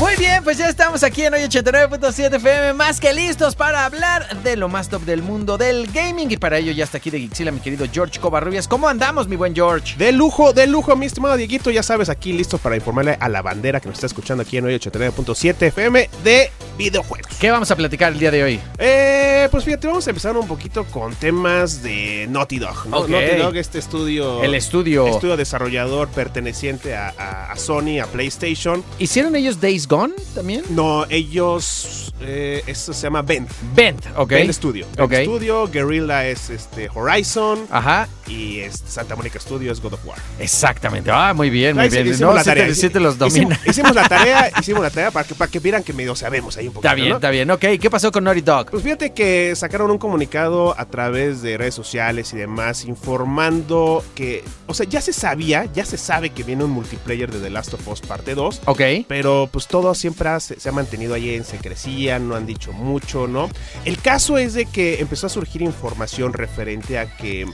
Muy bien, pues ya estamos aquí en hoy 89.7 FM, más que listos para hablar de lo más top del mundo del gaming. Y para ello ya está aquí de Gixila mi querido George Covarrubias. ¿Cómo andamos, mi buen George? De lujo, de lujo, mi estimado Dieguito. Ya sabes, aquí listos para informarle a la bandera que nos está escuchando aquí en hoy 89.7 FM de videojuegos. ¿Qué vamos a platicar el día de hoy? Eh, pues fíjate, vamos a empezar un poquito con temas de Naughty Dog. ¿no? Ok. Naughty Dog, este estudio. El estudio. Estudio desarrollador perteneciente a, a- a Sony, a PlayStation. ¿Hicieron ellos Days Gone también? No, ellos. eh, esto se llama Bend. Bent, ok. Bend Studio. Bend Ok. Ah. Studio, Guerrilla es este, Horizon. Ajá, Y es Santa Mónica Studio es God of War. exactamente. Ah, muy bien, muy Ahí sí, bien. hicimos No, la sí te, tarea. sí te los Hicimos- domina. Hicimos la tarea, hicimos la tarea para que, para que vieran que medio sabemos ahí un poquito. Está bien, ¿no? está bien. Ok, ¿qué pasó con Naughty Dog? Pues fíjate que sacaron un comunicado a través de redes sociales y demás informando que, o sea, ya se sabía, ya se sabe que viene un multiplayer de The Last of Us parte 2, Ok. pero pues todo siempre ha- se, se ha mantenido ahí en secrecía, no han dicho mucho, ¿no? El caso es de que empezó a surgir información referente a que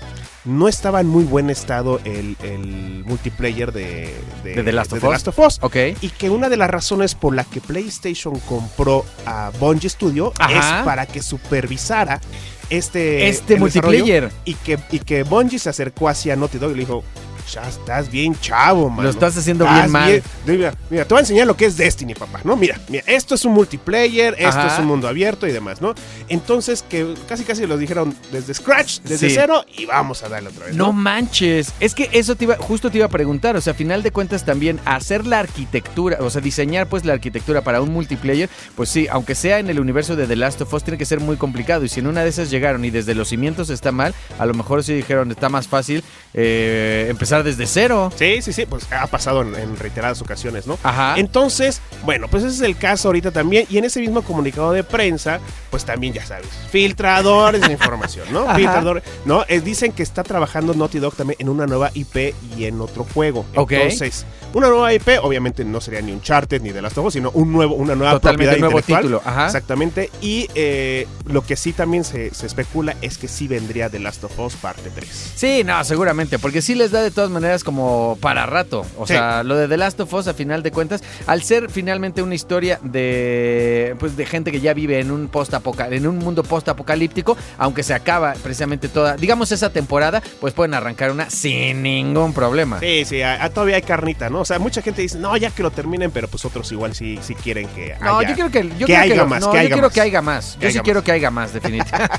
no estaba en muy buen estado el, el multiplayer de, De The Last of Us. Us Ok. y que una de las razones por la que PlayStation compró a Bungie Studio Ajá. es para que supervisara este, Este el multiplayer. desarrollo y que y que Bungie se acercó hacia Naughty Dog y le dijo ya estás bien chavo, mano. Lo estás haciendo Ah, bien mal." Mira, mira, te voy a enseñar lo que es Destiny, papá, ¿no? Mira, mira, esto es un multiplayer, esto Ajá. es un mundo abierto y demás, ¿no? Entonces que casi casi los dijeron desde scratch, desde Sí. cero y vamos a darle otra vez. No manches, es que eso te iba, justo te iba a preguntar, o sea, a final de cuentas también hacer la arquitectura, o sea, diseñar pues la arquitectura para un multiplayer, pues sí, aunque sea en el universo de The Last of Us tiene que ser muy complicado y si en una de esas llegaron y desde los cimientos está mal, a lo mejor sí dijeron está más fácil eh, empezar desde cero. Sí, sí, sí, pues ha pasado en, en reiteradas ocasiones, ¿no? Ajá. Entonces, bueno, pues ese es el caso ahorita también. Y en ese mismo comunicado de prensa, pues también ya sabes, filtradores de información, ¿no? Ajá. Filtradores, ¿no? Eh, dicen que está trabajando Naughty Dog también en una nueva IP y en otro juego. Ok. Entonces, una nueva IP, obviamente no sería ni un charter ni de las dos, sino un nuevo, una nueva Totalmente Ah, propiedad nuevo intelectual. título. Ah. Ajá. Exactamente. Y eh, lo que sí también se, se especula es que sí vendría The Last of Us parte 3. Sí, no, seguramente, porque sí les da de todas maneras como para rato. O Sí. sea, lo de The Last of Us, a final de cuentas, al ser finalmente una historia de pues de gente que ya vive en un post en un mundo postapocalíptico, aunque se acaba precisamente toda, digamos esa temporada, pues pueden arrancar una sin ningún problema. Sí, sí, a- a- todavía hay carnita, ¿no? O sea, mucha gente dice, no, ya que lo terminen, pero pues otros igual sí, sí quieren que No, haya. yo quiero Ah, que, yo que quiero haya lo- más, no, que yo haya quiero más. que haya más. Yo Que sí haya quiero más. que haya más, definitivamente.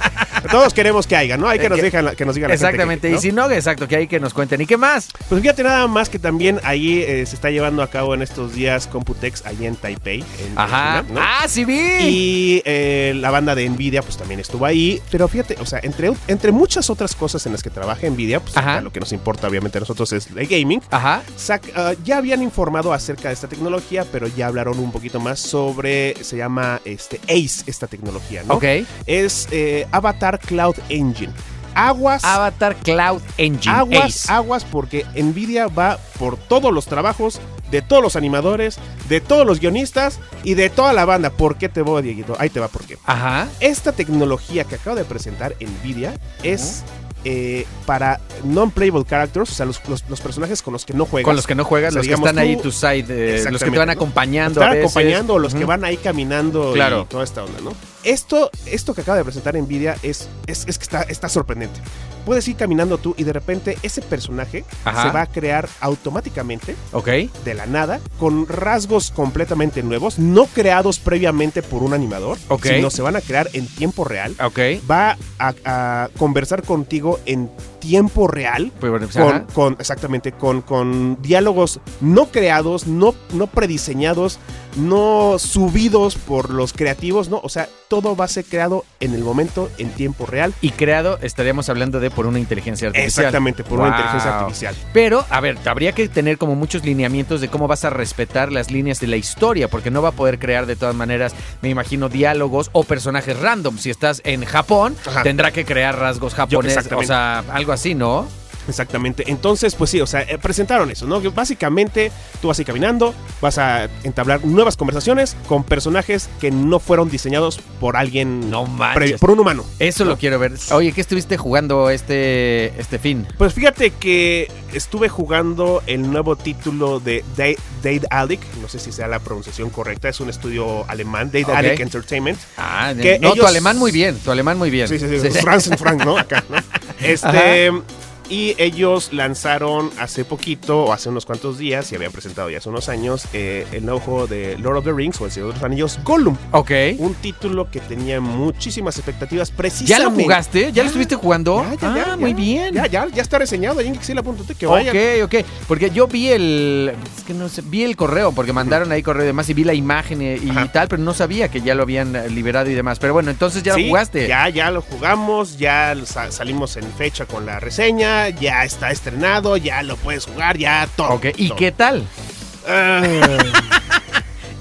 Todos queremos que haya, ¿no? Hay que Hay nos Eh, que- digan, que nos digan Exactamente. Y si no, exacto, que hay que nos cuenten. ¿Y qué más? Pues fíjate nada más que también ahí eh, se está llevando a cabo en estos días Computex allí en Taipei. en Ajá. China, ¿no? Ah, sí vi. Y eh, la banda de Nvidia pues también estuvo ahí. Pero fíjate, o sea, entre, entre muchas otras cosas en las que trabaja Nvidia, pues Ajá. acá lo que nos importa obviamente a nosotros es el gaming. Ajá. Sac- ah, ya habían informado acerca de esta tecnología, pero ya hablaron un poquito más sobre, se llama este, ACE, esta tecnología, ¿no? Ok. Es eh, Avatar Cloud Engine. Aguas, Avatar Cloud Engine. aguas, Ace. aguas, porque Nvidia va por todos los trabajos de todos los animadores, de todos los guionistas y de toda la banda. ¿Por qué te voy, Dieguito? Ahí te va, ¿por qué? Ajá. Esta tecnología que acaba de presentar Nvidia es eh, para non-playable characters, o sea, los, los- los personajes con los que no juegas. Con los que no juegas, O sea, los que digamos, están ahí tú- tu side, eh, los que te Exactamente, van ¿no? acompañando. Están a veces. acompañando o los que Ujú. van ahí caminando Claro. y toda esta onda, ¿no? Esto, esto que acaba de presentar Nvidia es, es, es que está, está sorprendente. Puedes ir caminando tú y de repente ese personaje Ajá. se va a crear automáticamente Ok. de la nada con rasgos completamente nuevos, no creados previamente por un animador, Ok. sino se van a crear en tiempo real. Ok. Va a, a conversar contigo en tiempo real. Pues, bueno, pues, con, ajá. con- exactamente, con, con diálogos no creados, no, no prediseñados, no subidos por los creativos, ¿no? O sea, todo va a ser creado en el momento, en tiempo real. Y creado, estaríamos hablando de por una inteligencia artificial. Exactamente, por una Wow. inteligencia artificial. Pero, a ver, habría que tener como muchos lineamientos de cómo vas a respetar las líneas de la historia, porque no va a poder crear de todas maneras, me imagino, diálogos o personajes random. Si estás en Japón, Ajá. tendrá que crear rasgos japoneses, o exactamente. sea, algo así, ¿no? Exactamente. Entonces, pues sí, o sea, eh, presentaron eso, ¿no? Que básicamente tú vas a ir caminando, vas a entablar nuevas conversaciones con personajes que no fueron diseñados por alguien. No previo- manches. por un humano. Eso lo quiero ver. Oye, ¿qué estuviste jugando este, este fin? Pues fíjate que estuve jugando el nuevo título de Da- Dade Alec, no sé si sea la pronunciación correcta, es un estudio alemán, Dade Ok. Alec Entertainment. Ah, Que no, tu ellos- alemán muy bien, tu alemán muy bien. Sí, sí, sí, Franz and Frank, ¿no? Acá, ¿no? Este, y ellos lanzaron hace poquito, o hace unos cuantos días, y habían presentado ya hace unos años, eh, el nuevo juego de Lord of the Rings o El Señor de los Anillos, Gollum. Ok. Un título que tenía muchísimas expectativas ¿Ya lo precisamente. jugaste? ¿Ya, lo Ya, estuviste jugando? Ya, ya, ah, ya, muy ya. bien. Ya, ya, ya está reseñado ahí en Xila.t que vayan. Ok, ok. Porque yo vi el. Es que no sé. Vi el correo, porque mandaron ahí correo y demás y vi la imagen y, y Ajá. tal, pero no sabía que ya lo habían eh, liberado y demás. Pero bueno, entonces ya Sí, lo jugaste. Ya, ya lo jugamos, ya lo sa- salimos en fecha con la reseña, ya está estrenado, ya lo puedes jugar, ya todo. Ok. ¿Y todo. qué tal? Ay,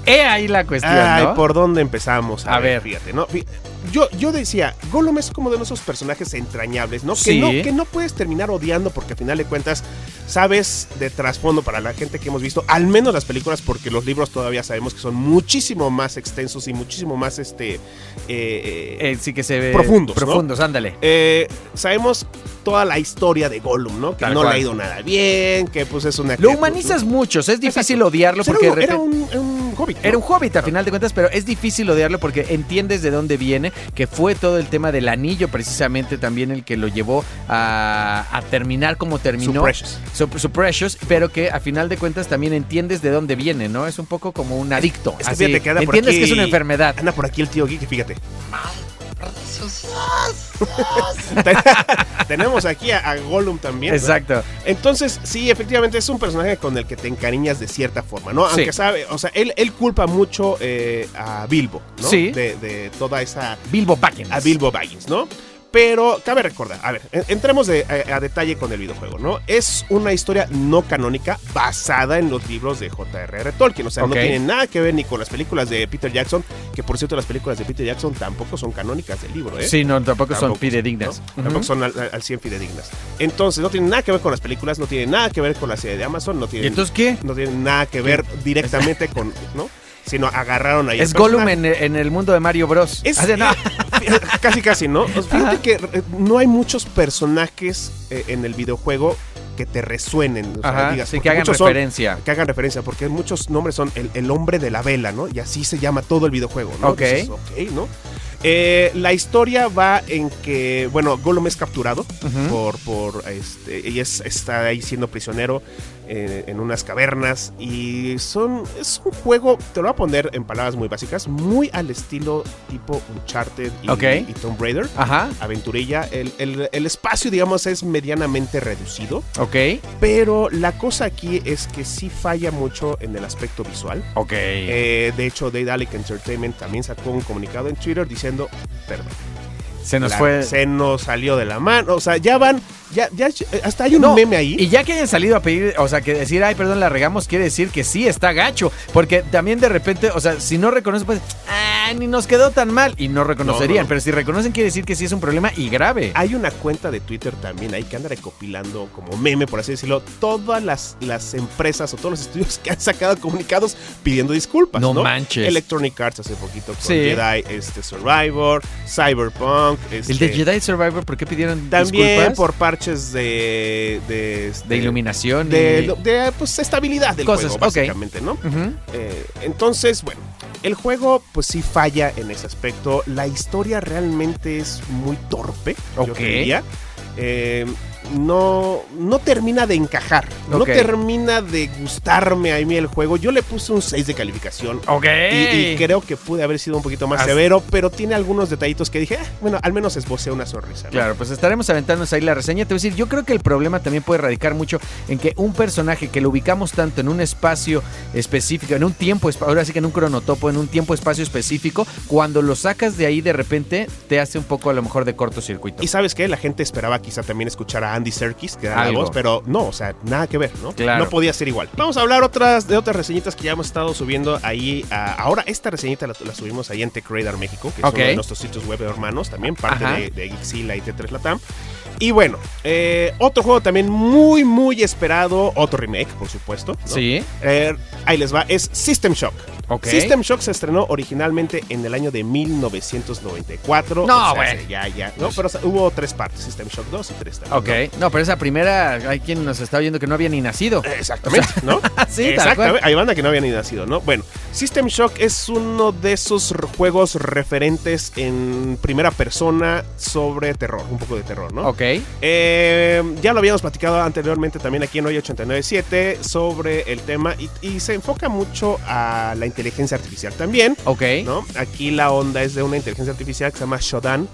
He ahí la cuestión, ay, ¿no? ¿por dónde empezamos? A ver. Fíjate, ¿no? Fí- Yo, yo decía, Gollum es como de esos personajes entrañables, ¿no? Que, Sí. ¿no? que no puedes terminar odiando porque al final de cuentas sabes de trasfondo para la gente que hemos visto, al menos las películas, porque los libros todavía sabemos que son muchísimo más extensos y muchísimo más este eh, eh, Eh, sí que se ve. Profundos, ¿no? Profundos, ándale. Eh, sabemos toda la historia de Gollum, ¿no? Que Tal no le cual. ha ido nada bien, que pues es una... Lo que- humanizas mucho, o sea, es difícil odiarlo Pues, era porque un- de era, repente- un, era un hobbit. ¿no? Era un hobbit a final de cuentas, pero es difícil odiarlo porque entiendes de dónde viene, que fue todo el tema del anillo precisamente también el que lo llevó a, a terminar como Su terminó. Precious. So, so precious, pero que a final de cuentas también entiendes de dónde viene, ¿no? Es un poco como un adicto. es que así. fíjate que anda por entiendes aquí- que es una enfermedad. Anda por aquí el tío Geek, fíjate. Tenemos aquí a, a Gollum también. ¿no? Exacto. Entonces, sí, efectivamente es un personaje con el que te encariñas de cierta forma, ¿no? Aunque Sí. sabe, o sea, él, él culpa mucho eh, a Bilbo, ¿no? Sí. De, de toda esa Bilbo Baggins. a Bilbo Baggins, ¿no? Pero cabe recordar, a ver, en- entremos de- eh, a, a detalle con el videojuego, ¿no? Es una historia no canónica basada en los libros de J.R.R. Tolkien, o sea, Ok. no tiene nada que ver ni con las películas de Peter Jackson, que por cierto las películas de Peter Jackson tampoco son canónicas del libro, ¿eh? Sí, no, tampoco, son Tampoco, pidedignas. ¿no? Ujú. Tampoco son al, al- al 100 fidedignas. Entonces, no tiene nada que ver con las películas, no tiene nada que ver con la serie de Amazon, no ¿Y tiene, entonces qué? no tiene nada que ver directamente con, ¿no? Sino agarraron ahí. el Es Gollum personaje. en, en el mundo de Mario Bros. Es- Ah, de- no. eh, casi, casi, ¿no? Pues Fíjate que eh, no hay muchos personajes eh, en el videojuego que te resuenen. o sea, Ajá, digas, sí, porque que hagan muchos son- referencia. que hagan referencia, porque muchos nombres son el, el hombre de la vela, ¿no? Y así se llama todo el videojuego, ¿no? Ok. Dices, ok, ¿no? Eh, la historia va en que, bueno, Gollum es capturado Ujú. por, por este, y es, está ahí siendo prisionero eh, en unas cavernas y son, es un juego, te lo voy a poner en palabras muy básicas, muy al estilo tipo Uncharted y, Ok. y Tomb Raider, Ajá, aventurilla. El, el- el espacio, digamos, es medianamente reducido, ok, pero la cosa aquí es que sí falla mucho en el aspecto visual. ok. Eh, de hecho, Daedalic Entertainment también sacó un comunicado en Twitter diciendo, perdón. se nos La- fue. Se nos salió de la mano. O sea, ya van. Ya, ya, hasta hay un No, meme ahí. Y ya que hayan salido a pedir, o sea, que decir, ay, perdón, la regamos, quiere decir que sí está gacho. Porque también de repente, o sea, si no reconocen, pues, ah, ni nos quedó tan mal. Y no reconocerían. No, Ah, no, no. Pero si reconocen, quiere decir que sí es un problema y grave. Hay una cuenta de Twitter también ahí que anda recopilando como meme, por así decirlo, todas las, las empresas o todos los estudios que han sacado comunicados pidiendo disculpas. No pues, No, manches. Electronic Arts hace poquito con Sí. Jedi este, Survivor, Cyberpunk. El este, de Jedi Survivor, ¿por qué pidieron También disculpas? por parches de. De, este, de iluminación. y- De, de, pues, estabilidad del Cosas, juego, ok. básicamente, ¿no? Ujú. Eh, entonces, bueno, el juego pues sí falla en ese aspecto. La historia realmente es muy torpe, yo Ok. te diría. Eh, no, no termina de encajar. No Ok. termina de gustarme a mí el juego. Yo le puse un 6 de calificación. Ok. Y, y creo que pude haber sido un poquito más As- severo, pero tiene algunos detallitos que dije, "Ah, bueno, al menos esbocé una sonrisa. ¿no?". Claro, pues estaremos aventándonos ahí la reseña. Te voy a decir, yo creo que el problema también puede radicar mucho en que un personaje que lo ubicamos tanto en un espacio específico, en un tiempo, espa- ahora sí que en un cronotopo, en un tiempo-espacio específico, cuando lo sacas de ahí de repente te hace un poco a lo mejor de cortocircuito. Y sabes qué, la gente esperaba quizá también escuchar a Andy Serkis, que era la Algo. voz, pero no, o sea, nada que ver, ¿no? Claro. No podía ser igual. Vamos a hablar otras de otras reseñitas que ya hemos estado subiendo ahí. a- ahora, esta reseñita la, la subimos ahí en Tech Radar México, que Ok. es uno de nuestros sitios web hermanos, también parte Ajá. de, de Geekzilla y T3 Latam. Y bueno, eh, otro juego también muy, muy esperado, otro remake, por supuesto. ¿no? Sí, Eh, ahí les va, es System Shock. ok. System Shock se estrenó originalmente en el año de 1994. No, o sea, güey. Pues- Ya, ya. No, pero o sea, hubo tres partes, System Shock 2 y 3 también. Ok, no, pero esa primera, hay quien nos está oyendo que no había ni nacido. ¿no? Exactamente, ¿no? Sí, tal cual. Exactamente. Hay banda que no había ni nacido, ¿no? Bueno, System Shock es uno de esos r- juegos referentes en primera persona sobre terror, un poco de terror, ¿no? Ok, Eh, ya lo habíamos platicado anteriormente también aquí en Hoy 897 sobre el tema y, y se enfoca mucho a la inteligencia artificial también. ok. ¿no? Aquí la onda es de una inteligencia artificial que se llama Shodan,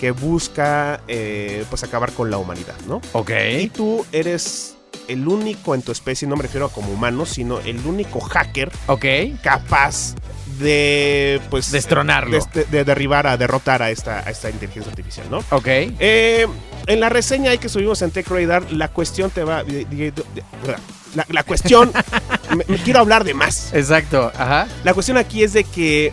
que busca eh, pues acabar con la humanidad, ¿no? Ok. Y tú eres el único en tu especie, no me refiero a como humano, sino el único hacker Ok. capaz de pues Destronarlo. de, de derribar a derrotar a esta, a esta inteligencia artificial, ¿no? Ok. Eh, en la reseña ahí que subimos en Tech Radar, la cuestión te va. La, la cuestión. me- me quiero hablar de más. Exacto, ajá. La cuestión aquí es de que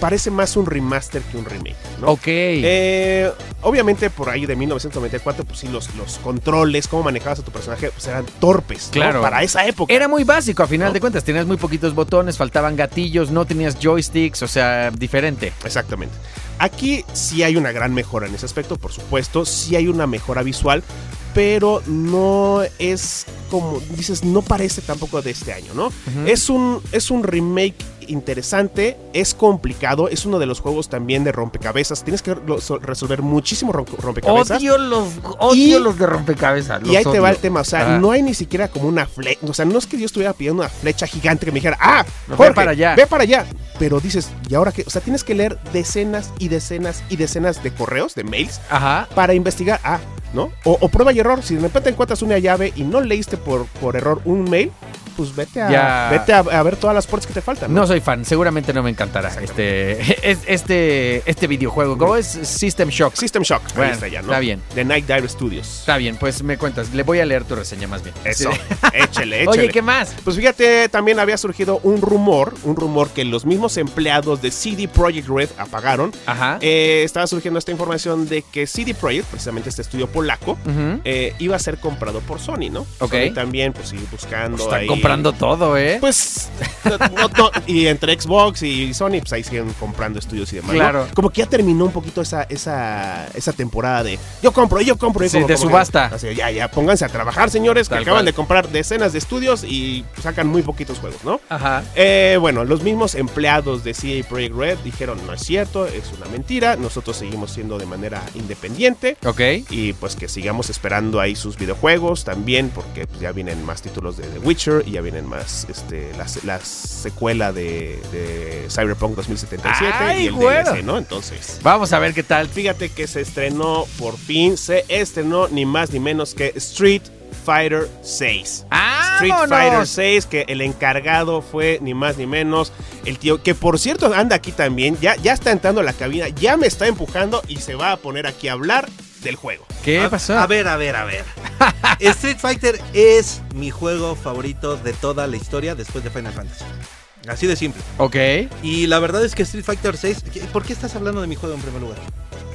parece más un remaster que un remake, ¿no? Ok. Eh, obviamente por ahí de 1994, pues sí, los, los controles, cómo manejabas a tu personaje, pues eran torpes, ¿no? Claro. Para esa época. Era muy básico, a final ¿No? de cuentas. Tenías muy poquitos botones, faltaban gatillos, no tenías joysticks, o sea, diferente. Exactamente. Aquí sí hay una gran mejora en ese aspecto, por supuesto, sí hay una mejora visual, pero no es como, dices, no parece tampoco de este año, ¿no? Es un, es un remake interesante, es complicado, es uno de los juegos también de rompecabezas. Tienes que lo- so- resolver muchísimos rom- rompecabezas. los, odio los de rompecabezas. y ahí te va el tema, o sea, Ah. no hay ni siquiera como una flecha, o sea, no es que yo estuviera pidiendo una flecha gigante que me dijera, ah, Ve Jorge, para allá". ve para allá. Pero dices, ¿y ahora qué? O sea, tienes que leer decenas y decenas y decenas de correos, de mails, Ajá. para investigar, ah, ¿no? O, o prueba y error, si de repente encuentras una llave y no leíste por, por error un mail, pues vete a, Ya. vete a, a ver todas las puertas que te faltan. No soy fan, seguramente no me encantará este, es- este, este videojuego. ¿Cómo es? System Shock. System Shock, ahí Bueno, está ya, ¿no? está bien. De Night Dive Studios. Está bien, pues me cuentas. Le voy a leer tu reseña más bien. Eso, Sí. échele, échele. Oye, ¿qué más? Pues fíjate, también había surgido un rumor, un rumor que los mismos empleados de CD Projekt Red apagaron. Ajá. Eh, estaba surgiendo esta información de que CD Projekt, precisamente este estudio polaco, Ujú. eh, iba a ser comprado por Sony, ¿no? Ok. Sony también, pues sí, buscando. Están ahí- comprando todo, ¿eh? Pues, no- no- y entre Xbox y Sony, pues ahí siguen comprando estudios y demás. ¿no? Claro. Como que ya terminó un poquito esa, esa, esa temporada de yo compro, yo compro. y Sí, como- de como que- subasta. así, ya, ya, pónganse a trabajar, señores, Tal que acaban cual. de comprar decenas de estudios y sacan muy poquitos juegos, ¿no? Ajá. Eh, bueno, los mismos empleados de CA Projekt Red dijeron, no es cierto, es una mentira, nosotros seguimos siendo de manera independiente Ok. y pues que sigamos esperando ahí sus videojuegos también porque pues, ya vienen más títulos de The Witcher y ya vienen más este la, la secuela de, de Cyberpunk 2077 ¡Ay, y el güero! DLC, ¿no? Entonces, Vamos a ver qué tal. fíjate que se estrenó por fin, se estrenó ni más ni menos que Street Fighter 6. Street Fighter ¡Vámonos! 6, que el encargado fue ni más ni menos el tío, que por cierto anda aquí también, ya, ya está entrando a la cabina, ya me está empujando y se va a poner aquí a hablar del juego. ¿Qué A- pasó? A ver, a ver, a ver. Street Fighter es mi juego favorito de toda la historia después de Final Fantasy. Así de simple. Ok. Y la verdad es que Street Fighter 6, ¿por qué estás hablando de mi juego en primer lugar?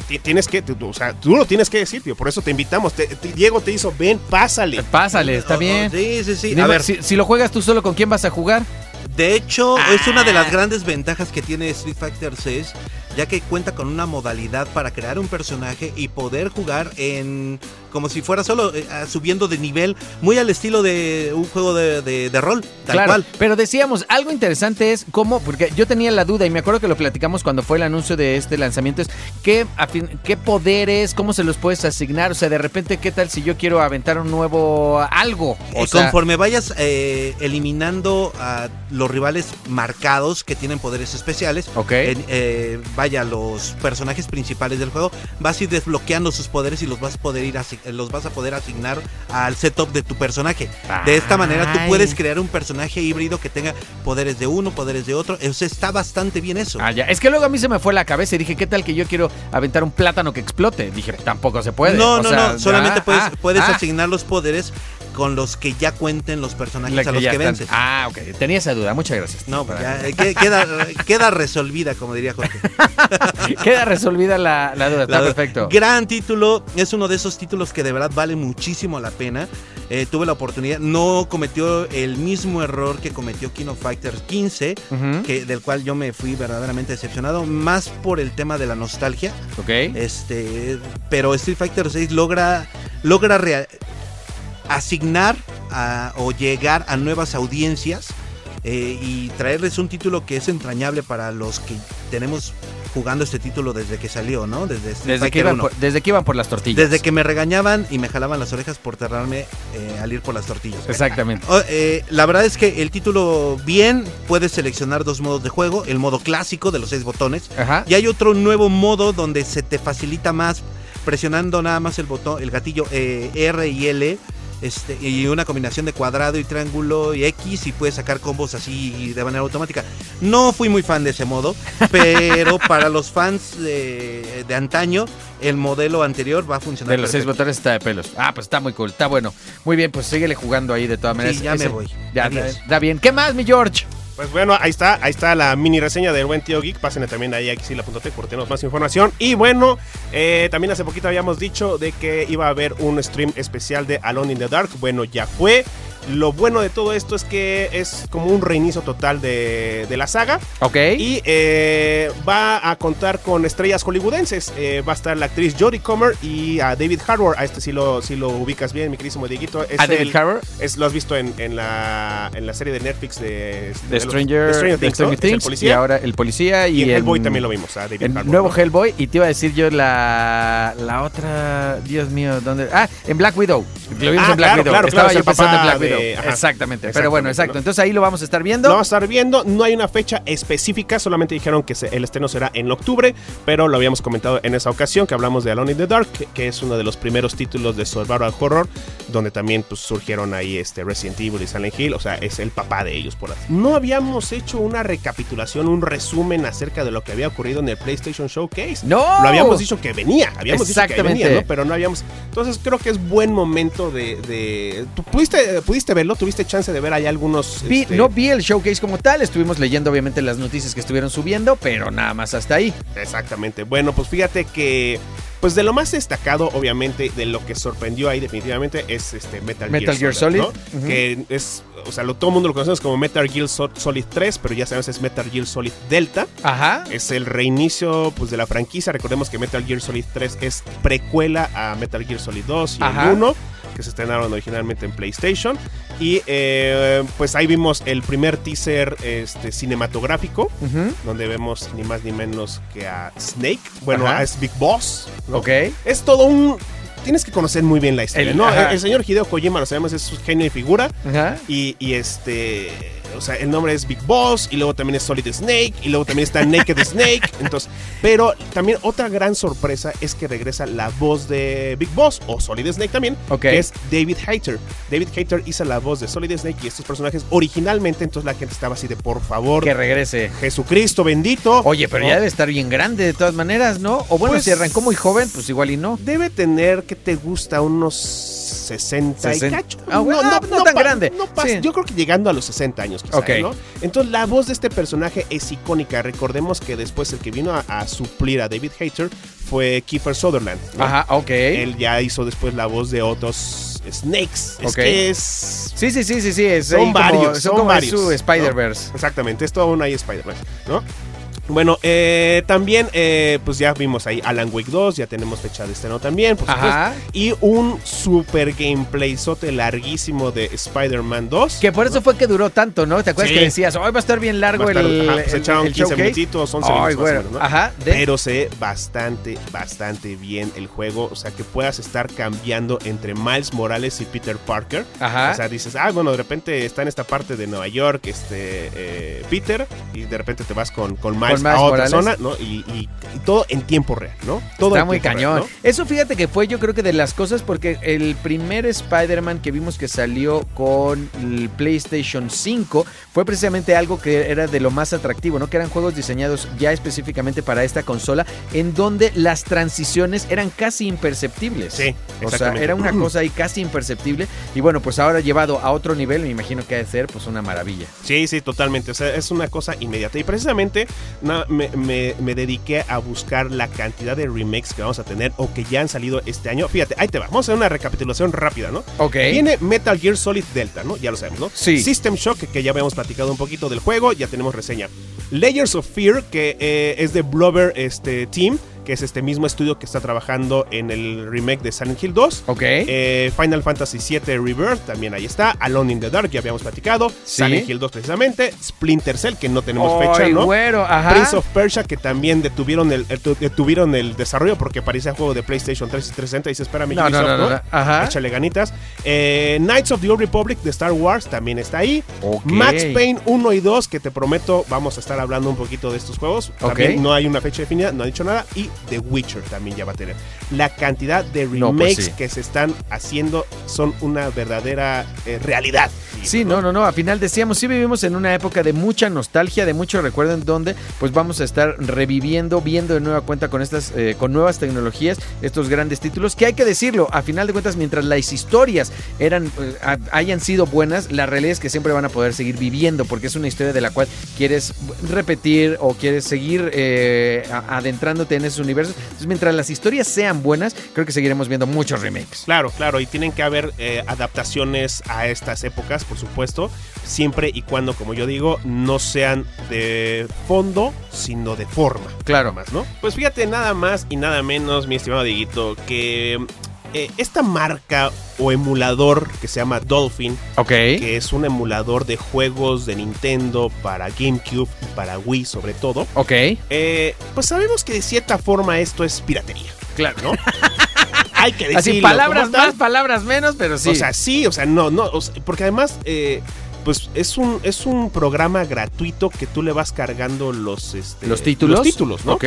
Ti- Tienes que, tú- tú, o sea, tú lo tienes que decir, tío, por eso te invitamos. Te- te- Diego te hizo, ven, pásale. Pásale, está Oh, oh, bien. Sí, sí, sí. Dime, A ver, si, si lo juegas tú solo, ¿con quién vas a jugar? Ah. de hecho, es una de las grandes ventajas que tiene Street Fighter 6 ya que cuenta con una modalidad para crear un personaje y poder jugar en como si fuera solo eh, ah, subiendo de nivel, muy al estilo de un juego de, de- de rol, tal claro, cual. pero decíamos, algo interesante es cómo, porque yo tenía la duda y me acuerdo que lo platicamos cuando fue el anuncio de este lanzamiento, es qué, a fin- qué poderes, cómo se los puedes asignar, o sea, de repente, ¿qué tal si yo quiero aventar un nuevo algo? O Eh, sea, conforme vayas eh, eliminando a los rivales marcados que tienen poderes especiales, Ok. en- eh, vaya, los personajes principales del juego, vas a ir desbloqueando sus poderes y los vas a poder, ir asi- los vas a poder asignar al setup de tu personaje. De esta manera tú Ay. puedes crear un personaje híbrido que tenga poderes de uno, poderes de otro. O sea, está bastante bien eso. Ah, ya. Es que luego a mí se me fue la cabeza y dije, ¿qué tal que yo quiero aventar un plátano que explote? Dije, tampoco se puede. No, O no, sea, no. Solamente ah, puedes, ah, puedes ah, asignar los poderes con los que ya cuenten los personajes la a los ya que están. vences. Ah, ok. Tenía esa duda. Muchas gracias. No, Para- ya, eh, que- queda, queda resolvida, como diría Jorge. Queda resolvida la, la duda. Está La- perfecto. Gran título, es uno de esos títulos que de verdad vale muchísimo la pena. Eh, tuve la oportunidad, no cometió el mismo error que cometió Kino Fighters 15, Ujú. que, del cual yo me fui verdaderamente decepcionado, más por el tema de la nostalgia. Ok. Este, pero Street Fighter 6 logra, logra rea- asignar a- o llegar a nuevas audiencias eh, y traerles un título que es entrañable para los que tenemos jugando este título desde que salió, ¿no? Desde Street desde, que Fighter iban 1. por, desde que iban por las tortillas. Desde que me regañaban y me jalaban las orejas por cerrarme eh, al ir por las tortillas. Exactamente. O- eh, la verdad es que el título bien puedes seleccionar dos modos de juego, el modo clásico de los seis botones Ajá. y hay otro nuevo modo donde se te facilita más presionando nada más el botón, el gatillo eh, R y L. Este, y una combinación de cuadrado y triángulo y X y puedes sacar combos así de manera automática. No fui muy fan de ese modo, pero para los fans de, de antaño, el modelo anterior va a funcionar. De los seis perfecto. botones está de pelos. Ah, pues está muy cool, está bueno. Muy bien, pues síguele jugando ahí de todas maneras. Sí, ya me voy. Ya, Adiós. da- da bien. ¿Qué más, mi George? Pues bueno, ahí está, ahí está la mini reseña del buen tío Geek. Pásenle también ahí a xila.tech porque tenemos más información. Y bueno, eh, también hace poquito habíamos dicho de que iba a haber un stream especial de Alone in the Dark. Bueno, ya fue. Lo bueno de todo esto es que es como un reinicio total de, de la saga. Ok. Y eh, va a contar con estrellas hollywoodenses. Eh, va a estar la actriz Jodie Comer y a David Harbour. A este sí lo, sí lo ubicas bien, mi queridísimo Dieguito. Es ¿A David el- Harbour? es, lo has visto en, en la, en la serie de Netflix de, The este, de los- Stranger, de Stranger The Things, ¿no? Stranger Es el Things, y policía. ahora el policía y, Y en en- Hellboy también lo vimos, a David en Harbour, nuevo ¿no? Hellboy y te iba a decir yo la la otra Dios mío dónde ah en Black Widow lo vimos Ah, en Black claro, Widow claro, estaba yo claro, es el pensando en papá Black de- Widow ajá, exactamente pero bueno exactamente, exacto ¿no? entonces ahí lo vamos a estar viendo Lo vamos a estar viendo, no hay una fecha específica, solamente dijeron que se- el estreno será en octubre, pero lo habíamos comentado en esa ocasión que hablamos de Alone in the Dark, que, que es uno de los primeros títulos de Survival Horror, donde también pues, surgieron ahí este Resident Evil y Silent Hill, o sea, es el papá de ellos por así. No habíamos hecho una recapitulación, un resumen acerca de lo que había ocurrido en el PlayStation Showcase. no Lo habíamos dicho que venía, habíamos dicho que Exactamente. venía, ¿no? Pero no habíamos. Entonces creo que es buen momento de. de- ¿Tú pudiste, pudiste verlo? ¿Tuviste chance de ver ahí algunos. Vi- este, no vi el showcase como tal, estuvimos leyendo obviamente las noticias que estuvieron subiendo, pero nada más hasta ahí. Exactamente. Bueno, pues fíjate que. Pues de lo más destacado, obviamente, de lo que sorprendió ahí definitivamente es este Metal, Metal Gear Solid, ¿no? ujú. Que es, o sea, lo, todo el mundo lo conocemos como Metal Gear Sol- Solid 3, pero ya sabemos es Metal Gear Solid Delta. Ajá. Es el reinicio pues, de la franquicia. Recordemos que Metal Gear Solid 3 es precuela a Metal Gear Solid 2 y Ajá. el 1, que se estrenaron originalmente en PlayStation. Y eh, pues ahí vimos el primer teaser este, cinematográfico, Ujú. donde vemos ni más ni menos que a Snake. Bueno, Ajá. a es Big Boss. ¿no? Ok. Es todo un. Tienes que conocer muy bien la historia, El- ¿no? ajá. El, el señor Hideo Kojima, lo sabemos, es un genio y figura. Ajá. Y, y este. O sea, el nombre es Big Boss, y luego también es Solid Snake, y luego también está Naked Snake. Entonces, pero también otra gran sorpresa es que regresa la voz de Big Boss, o Solid Snake también, Ok. que es David Hayter. David Hayter hizo la voz de Solid Snake y estos personajes originalmente, entonces la gente estaba así de por favor, Que regrese. Jesucristo bendito. Oye, pero ¿no? ya debe estar bien grande de todas maneras, ¿no? O bueno, Pues- si arrancó muy joven, pues igual y no. Debe tener que te gusta unos 60 Sesen- y cacho. Ah, bueno, ah, no tan pa- grande. no pas- Sí. Yo creo que llegando a los 60 años, quizá, Ok. ¿no? Entonces, la voz de este personaje es icónica. Recordemos que después el que vino a, a suplir a David Hayter fue Kiefer Sutherland. ¿no? Ajá, ok. Él ya hizo después la voz de otros Snakes. Es Ok. que es. Sí, sí, sí, sí, sí. Es Son ahí como- varios, son son como varios, su ¿no? Spider-Verse. Exactamente, es todo una Spider-Man, ¿no? Bueno, eh, también, eh, pues ya vimos ahí Alan Wake 2, ya tenemos fecha de estreno también, por supuesto. Ajá. Y un super gameplay sote larguísimo de Spider-Man 2. Que por eso fue que duró tanto, ¿no? ¿Te acuerdas Sí. que decías, hoy va a estar bien largo Va a estar- el. ajá, pues el- echaron el 15 showcase"? minutitos, 11 Ay, minutos más o güey. menos, ¿no? Ajá. de- Pero se ve bastante, bastante bien el juego. O sea, que puedas estar cambiando entre Miles Morales y Peter Parker. Ajá. O sea, dices, ah, bueno, de repente está en esta parte de Nueva York, este, eh, Peter, y de repente te vas con, con Miles Miles a otra Morales. zona, ¿no? Y, y- y todo en tiempo real, ¿no? Todo Está en muy tiempo cañón. real, ¿no? Eso fíjate que fue yo creo que de las cosas porque el primer Spider-Man que vimos que salió con el PlayStation 5 fue precisamente algo que era de lo más atractivo, ¿no? Que eran juegos diseñados ya específicamente para esta consola en donde las transiciones eran casi imperceptibles. Sí, O sea, exactamente. era una cosa ahí casi imperceptible y bueno, pues ahora llevado a otro nivel me imagino que ha de ser pues una maravilla. Sí, sí, totalmente. O sea, es una cosa inmediata. Y precisamente na- me, me- me dediqué a buscar la cantidad de remakes que vamos a tener o que ya han salido este año. Fíjate, ahí te va. Vamos a hacer una recapitulación rápida, ¿no? Ok. Viene Metal Gear Solid Delta, ¿no? Ya lo sabemos, ¿no? Sí. System Shock, que ya habíamos platicado un poquito del juego, ya tenemos reseña. Layers of Fear, que eh, es de Blubber este, Team, que es este mismo estudio que está trabajando en el remake de Silent Hill 2. Ok. Eh, Final Fantasy VII Rebirth, también ahí está. Alone in the Dark, ya habíamos platicado. Sí. Silent Hill 2, precisamente. Splinter Cell, que no tenemos fecha, Ay, ¿no? güero, ajá. Prince of Persia, que también detuvieron el, el- detuvieron el desarrollo porque parecía juego de PlayStation 3 y 360. Y dice, espera, mi No, no, no, ¿Ah? no, no. Ajá. Échale ganitas. Eh, Knights of the Old Republic de Star Wars también está ahí. Ok. Max Payne 1 y 2, que te prometo, vamos a estar hablando un poquito de estos juegos. También Ok. no hay una fecha definida, no ha dicho nada. Y The Witcher también ya va a tener. La cantidad de remakes No, pues sí. que se están haciendo son una verdadera eh, realidad. Sí, no, no, no. Al final decíamos, sí vivimos en una época de mucha nostalgia, de mucho recuerdo, en donde pues vamos a estar reviviendo, viendo de nueva cuenta con estas, eh, con nuevas tecnologías, estos grandes títulos. Que hay que decirlo, a final de cuentas, mientras las historias eran, eh, ha- hayan sido buenas, la realidad es que siempre van a poder seguir viviendo, porque es una historia de la cual quieres repetir o quieres seguir eh, a- adentrándote en esos universos. Entonces, mientras las historias sean buenas, creo que seguiremos viendo muchos remakes. Claro, claro, y tienen que haber eh, adaptaciones a estas épocas, por supuesto, siempre y cuando, como yo digo, no sean de fondo, sino de forma. Claro. más, ¿no? Pues fíjate, nada más y nada menos, mi estimado Dieguito, que eh, esta marca o emulador que se llama Dolphin, Ok. que es un emulador de juegos de Nintendo para GameCube y para Wii sobre todo, Ok. eh, pues sabemos que de cierta forma esto es piratería, Claro. ¿no? Hay que decirlo. Así, ¿cómo palabras tal? más, palabras menos, pero sí. O sea, sí, o sea, no, no, o sea, porque además, eh, pues es un, es un programa gratuito que tú le vas cargando los, este, los títulos. los títulos, ¿no? Ok.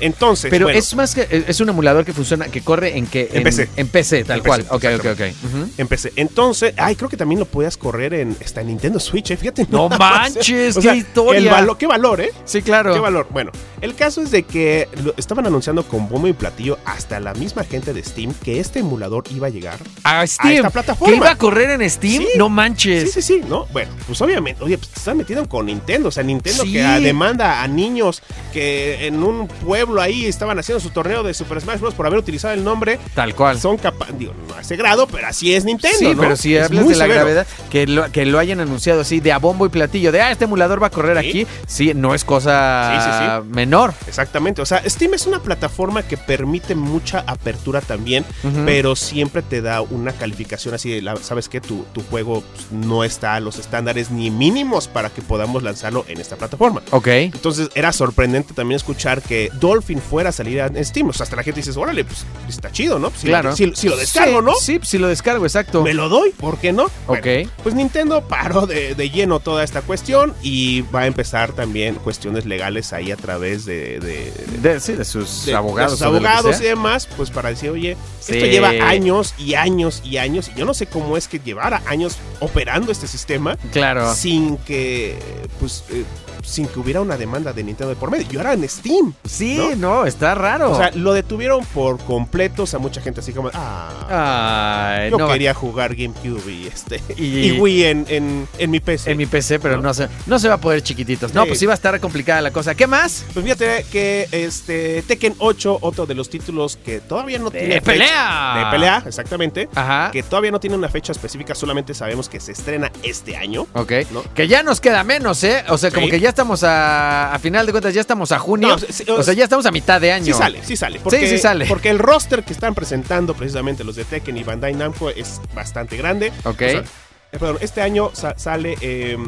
Entonces, Pero bueno, es más que. Es un emulador que funciona, que corre en que. En PC. En PC, tal En cual. PC, Ok, ok, ok. Ujú. Empecé. Entonces, ay, creo que también lo podías correr en hasta en Nintendo Switch, ¿eh? fíjate. No nada más, manches, ¿eh? qué historia. el valo- qué valor, ¿eh? Sí, claro. Qué valor. Bueno, el caso es de que lo- estaban anunciando con bombo y platillo hasta la misma gente de Steam que este emulador iba a llegar A a Steam. esta que plataforma. iba a correr en Steam, Sí. no Sí, manches. sí, sí, ¿no? Bueno, pues obviamente, oye, pues, se están metiendo con Nintendo, o sea, Nintendo Sí. que ah, demanda a niños que en un pueblo ahí estaban haciendo su torneo de Super Smash Bros. por haber utilizado el nombre, Tal cual. son capaces, digo, no a ese grado, pero así es Nintendo, sí, ¿no? pero si Es hablas muy de la severo. gravedad, que lo, que lo hayan anunciado así de a bombo y platillo, de ah, este emulador va a correr Sí. aquí, sí, no es cosa Sí, menor. Exactamente, o sea, Steam es una plataforma que permite mucha apertura también, Ujú. pero siempre te da una calificación así de, la- sabes que tu, tu juego pues, no está a los estándares ni mínimos para que podamos lanzarlo en esta plataforma. Ok. Entonces era sorprendente también escuchar que Dolphin fuera a salir en Steam. O sea, hasta la gente dices, órale, pues está chido, ¿no? Pues, si claro. Lo, si, si lo descargo, Sí, ¿no? Sí, si lo descargo, exacto. Me lo doy, ¿por qué no? Bueno, Ok. pues Nintendo paró de, de lleno toda esta cuestión y va a empezar también cuestiones legales ahí a través de, de- de- De, sí, de sus de abogados. los o de lo que abogados sea. y demás, pues para decir, oye, Sí. esto lleva años y años y años, y yo no sé cómo es que llevara años operando este sistema Claro. sin que, pues, eh, sin que hubiera una demanda de Nintendo de por medio. Y ahora en Steam. Sí, no, está raro. O sea, lo detuvieron por completo. O sea, mucha gente así como, ah, Ay, yo eh, no, quería jugar GameCube y este. Y, Y, Wii en, en, en mi PC. en mi PC, pero no, se, no se va a poder chiquititos. No, Sí. pues iba a estar complicada la cosa. ¿Qué más? Pues fíjate que este Tekken 8, otro de los títulos que todavía no De tiene fecha- pelea. De pelea, exactamente. Ajá. Que todavía no tiene una fecha específica, solamente sabemos Unidos que se estrena este año. Ok. ¿No? Que ya nos queda menos, ¿eh? O sea, como Sí. que ya estamos a. A final de cuentas, ya estamos a junio. No, sí, o sea, ya estamos a mitad de año. Sí sale, sí sale. Porque, sí sale. Porque el roster que están presentando precisamente los de Tekken y Bandai Namco es bastante grande. Ok. O sea, eh, perdón, este año sa- sale, eh,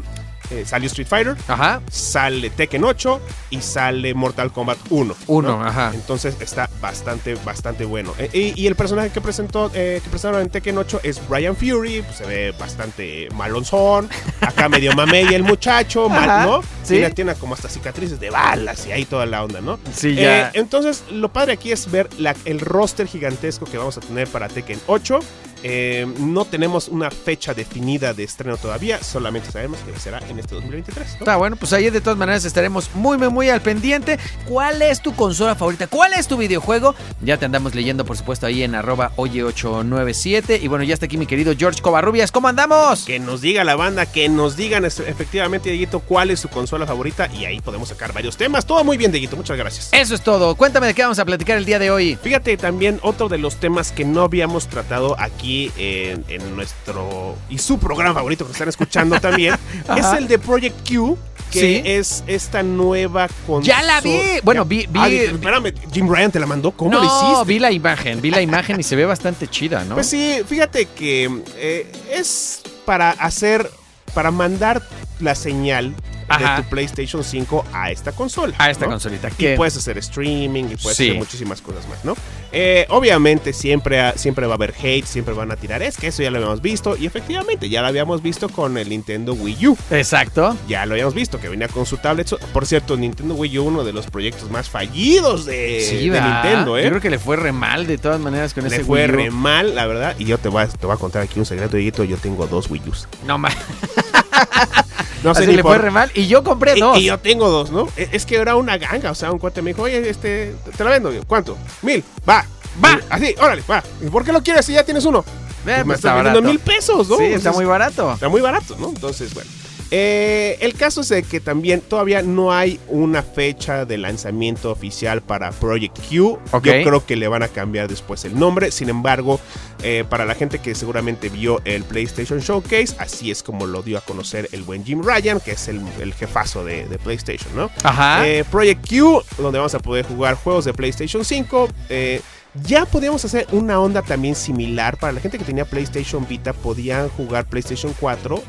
eh, salió Street Fighter, Ajá. sale Tekken 8 y sale Mortal Kombat 1. Uno, ajá. Entonces está bastante, bastante bueno. Eh, y, y el personaje que presentó, eh, que presentaron en Tekken 8 es Brian Fury, pues se ve bastante malonzón, acá medio mamey el muchacho, mal, Ajá, ¿no? sí. Tiene, tiene como hasta cicatrices de balas y ahí toda la onda, ¿no? Sí, ya. Eh, entonces, lo padre aquí es ver la- el roster gigantesco que vamos a tener para Tekken 8. Eh, no tenemos una fecha definida de estreno todavía, solamente sabemos que será en este 2023. ¿no? Está bueno, pues ahí de todas maneras estaremos muy, muy, muy al pendiente. ¿Cuál es tu consola favorita? ¿Cuál es tu videojuego? Ya te andamos leyendo, por supuesto, ahí en arroba oye897. Y bueno, ya está aquí mi querido George Covarrubias. ¿Cómo andamos? Que nos diga la banda, que nos digan es- efectivamente, Dieguito, cuál es su consola favorita y ahí podemos sacar varios temas. Todo muy bien, Dieguito, muchas gracias. Eso es todo. Cuéntame de qué vamos a platicar el día de hoy. Fíjate también otro de los temas que no habíamos tratado aquí en, en nuestro y su programa favorito que están escuchando también es el de Project Q, que Sí. es esta nueva consola. ¡Ya la vi! Bueno, vi- vi- Ah, di- espérame, Jim Ryan te la mandó. ¿Cómo lo hiciste? vi la imagen, vi la imagen y se ve bastante chida, ¿no? Pues sí, fíjate que eh, es para hacer, para mandar la señal Ajá. de tu PlayStation 5 a esta consola. a esta ¿no? consolita. Y Que, puedes hacer streaming y puedes Sí. hacer muchísimas cosas más, ¿no? Eh, obviamente siempre, ha- siempre va a haber hate, siempre van a tirar, es que eso ya lo habíamos visto y efectivamente ya lo habíamos visto con el Nintendo Wii U. Exacto. Ya lo habíamos visto, que venía con su tablet. So- Por cierto, Nintendo Wii U, uno de los proyectos más fallidos de, Sí, de ¿verdad? Nintendo, ¿eh? Yo creo que le fue re mal de todas maneras con Le ese fue Wii U. re mal, la verdad. Y yo te voy a, te voy a contar aquí un secreto, Dieguito. Yo tengo dos Wii U's. No más. No sé Así ni le por- fue re mal y yo compré y, dos. y yo tengo dos, ¿no? E- Es que era una ganga. O sea, un cuate me dijo, oye, este, te la vendo. Yo, ¿Cuánto? Mil. Va. Va. Así, órale, va. ¿Y por qué lo quieres si ya tienes uno? Eh, Pues me pues está está vendiendo barato. mil pesos, ¿no? sí, está Entonces, muy barato. Está muy barato, ¿no? Entonces, bueno. Eh, el caso es de que también todavía no hay una fecha de lanzamiento oficial para Project Q. Ok. Yo creo que le van a cambiar después el nombre. Sin embargo, eh, para la gente que seguramente vio el PlayStation Showcase, así es como lo dio a conocer el buen Jim Ryan, que es el, el jefazo de, de PlayStation, ¿no? Ajá. Eh, Project Q, donde vamos a poder jugar juegos de PlayStation 5. eh, ya podíamos hacer una onda también similar para la gente que tenía PlayStation Vita, podían jugar PlayStation 4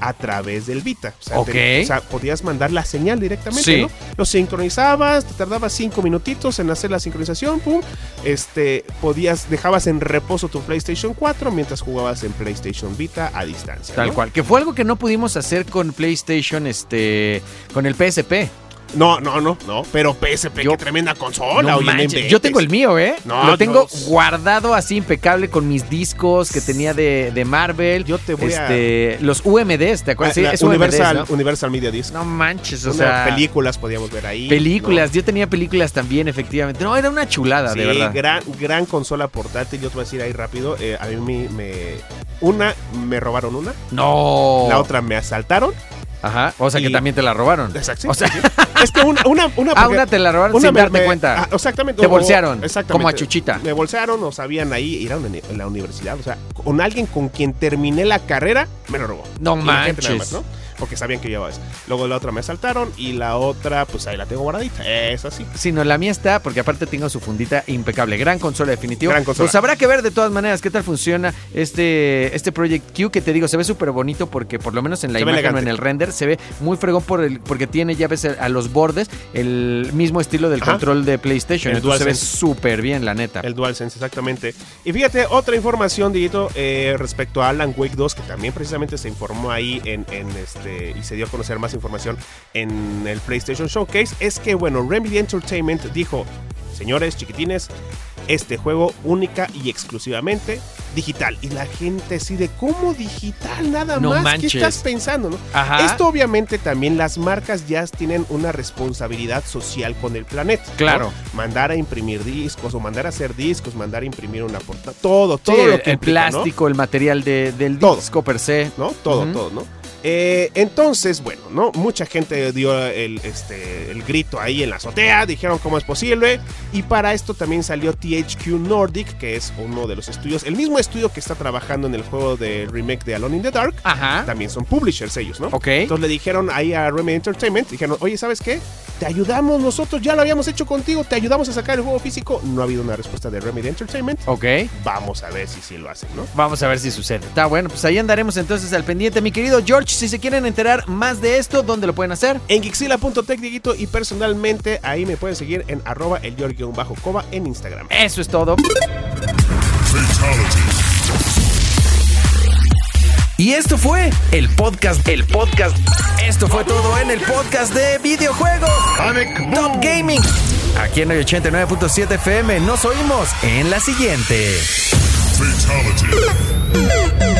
a través del Vita. O sea, Ok. o sea, podías mandar la señal directamente, Sí. ¿no? Lo sincronizabas, te tardabas 5 minutitos en hacer la sincronización, pum. Este, podías, dejabas en reposo tu PlayStation 4 mientras jugabas en PlayStation Vita a distancia. Tal ¿no? cual. Que fue algo que no pudimos hacer con PlayStation, este. Con el PSP. No, no, no, no. Pero PSP, Yo- qué tremenda consola. No oye, no manches, inventes. Yo tengo el mío, ¿eh? No, Lo tengo Dios. guardado así impecable con mis discos que tenía de, de Marvel. Yo te voy a- este, Los UMDs, ¿te acuerdas? Sí, ah, La es Universal, UMDs, Universal Media Disc. ¿no? No manches, o Una- sea. películas podíamos ver ahí. Películas, yo tenía películas también, efectivamente. No, era una ¿no? chulada, Sí, de verdad. gran, gran consola portátil. Yo te voy a decir ahí rápido. eh, a mí me, me- Una, me robaron una. No. La otra me asaltaron. Ajá. O sea que Y- también te la robaron. Exacto. sí, O sea, sí. es que una. una, una a porque- una te la robaron una sin me- darte me- cuenta. ah, exactamente. Te o- bolsearon, exactamente. como a Chuchita. Me bolsearon, o sabían ahí. Era en en la universidad. O sea, con alguien con quien terminé la carrera, me lo robó. No Imagínate nada manches. más, ¿no? Porque sabían que llevaba eso. Luego la otra me asaltaron y la otra, pues ahí la tengo guardadita. Es así. Sí, no, la mía está, porque aparte tengo su fundita impecable. Gran consola, definitiva. Gran consola. Pues habrá que ver de todas maneras qué tal funciona este, este Project Q, que te digo, se ve súper bonito porque por lo menos en la Se ve imagen o en elegante. el render se ve muy fregón por el, porque tiene, ya ves, a los bordes el mismo estilo del Ajá. control de PlayStation. El Entonces se ve DualSense. súper bien, la neta. El DualSense, exactamente. Y fíjate, otra información, Dieguito, eh, respecto a Alan Wake 2, que también precisamente se informó ahí en, en este y se dio a conocer más información en el PlayStation Showcase, es que, bueno, Remedy Entertainment dijo, señores chiquitines, este juego única y exclusivamente digital. Y la gente así de, ¿cómo digital? Nada No más. manches. ¿Qué estás pensando, no? Ajá. Esto obviamente también las marcas ya tienen una responsabilidad social con el planeta. ¿no? Claro. Mandar a imprimir discos o mandar a hacer discos, mandar a imprimir una portada, todo, todo Sí, lo que el implica, ¿no? plástico, el material de- del Todo. disco per se. ¿no? Todo, Ujú. todo, ¿no? Eh, entonces, bueno, ¿no? Mucha gente dio el, este, el grito ahí en la azotea, dijeron cómo es posible. Y para esto también salió THQ Nordic, que es uno de los estudios, el mismo estudio que está trabajando en el juego de remake de Alone in the Dark. Ajá. También son publishers ellos, ¿no? Ok. Entonces le dijeron ahí a Remedy Entertainment, dijeron, oye, ¿sabes qué? Te ayudamos nosotros, ya lo habíamos hecho contigo, te ayudamos a sacar el juego físico. No ha habido una respuesta de Remedy Entertainment. Ok. Vamos a ver si sí lo hacen, ¿no? Vamos a ver si sucede. Está bueno, pues ahí andaremos entonces al pendiente. Mi querido George, si se quieren enterar más de esto, ¿dónde lo pueden hacer? En Gixila.tech, Dieguito, y personalmente ahí me pueden seguir en arroba el bajo coba en Instagram. Eso es todo. Y esto fue el podcast, el podcast. Esto fue todo en el podcast de videojuegos. Top Gaming. Aquí en el 89.7 FM nos oímos en la siguiente. Fatality.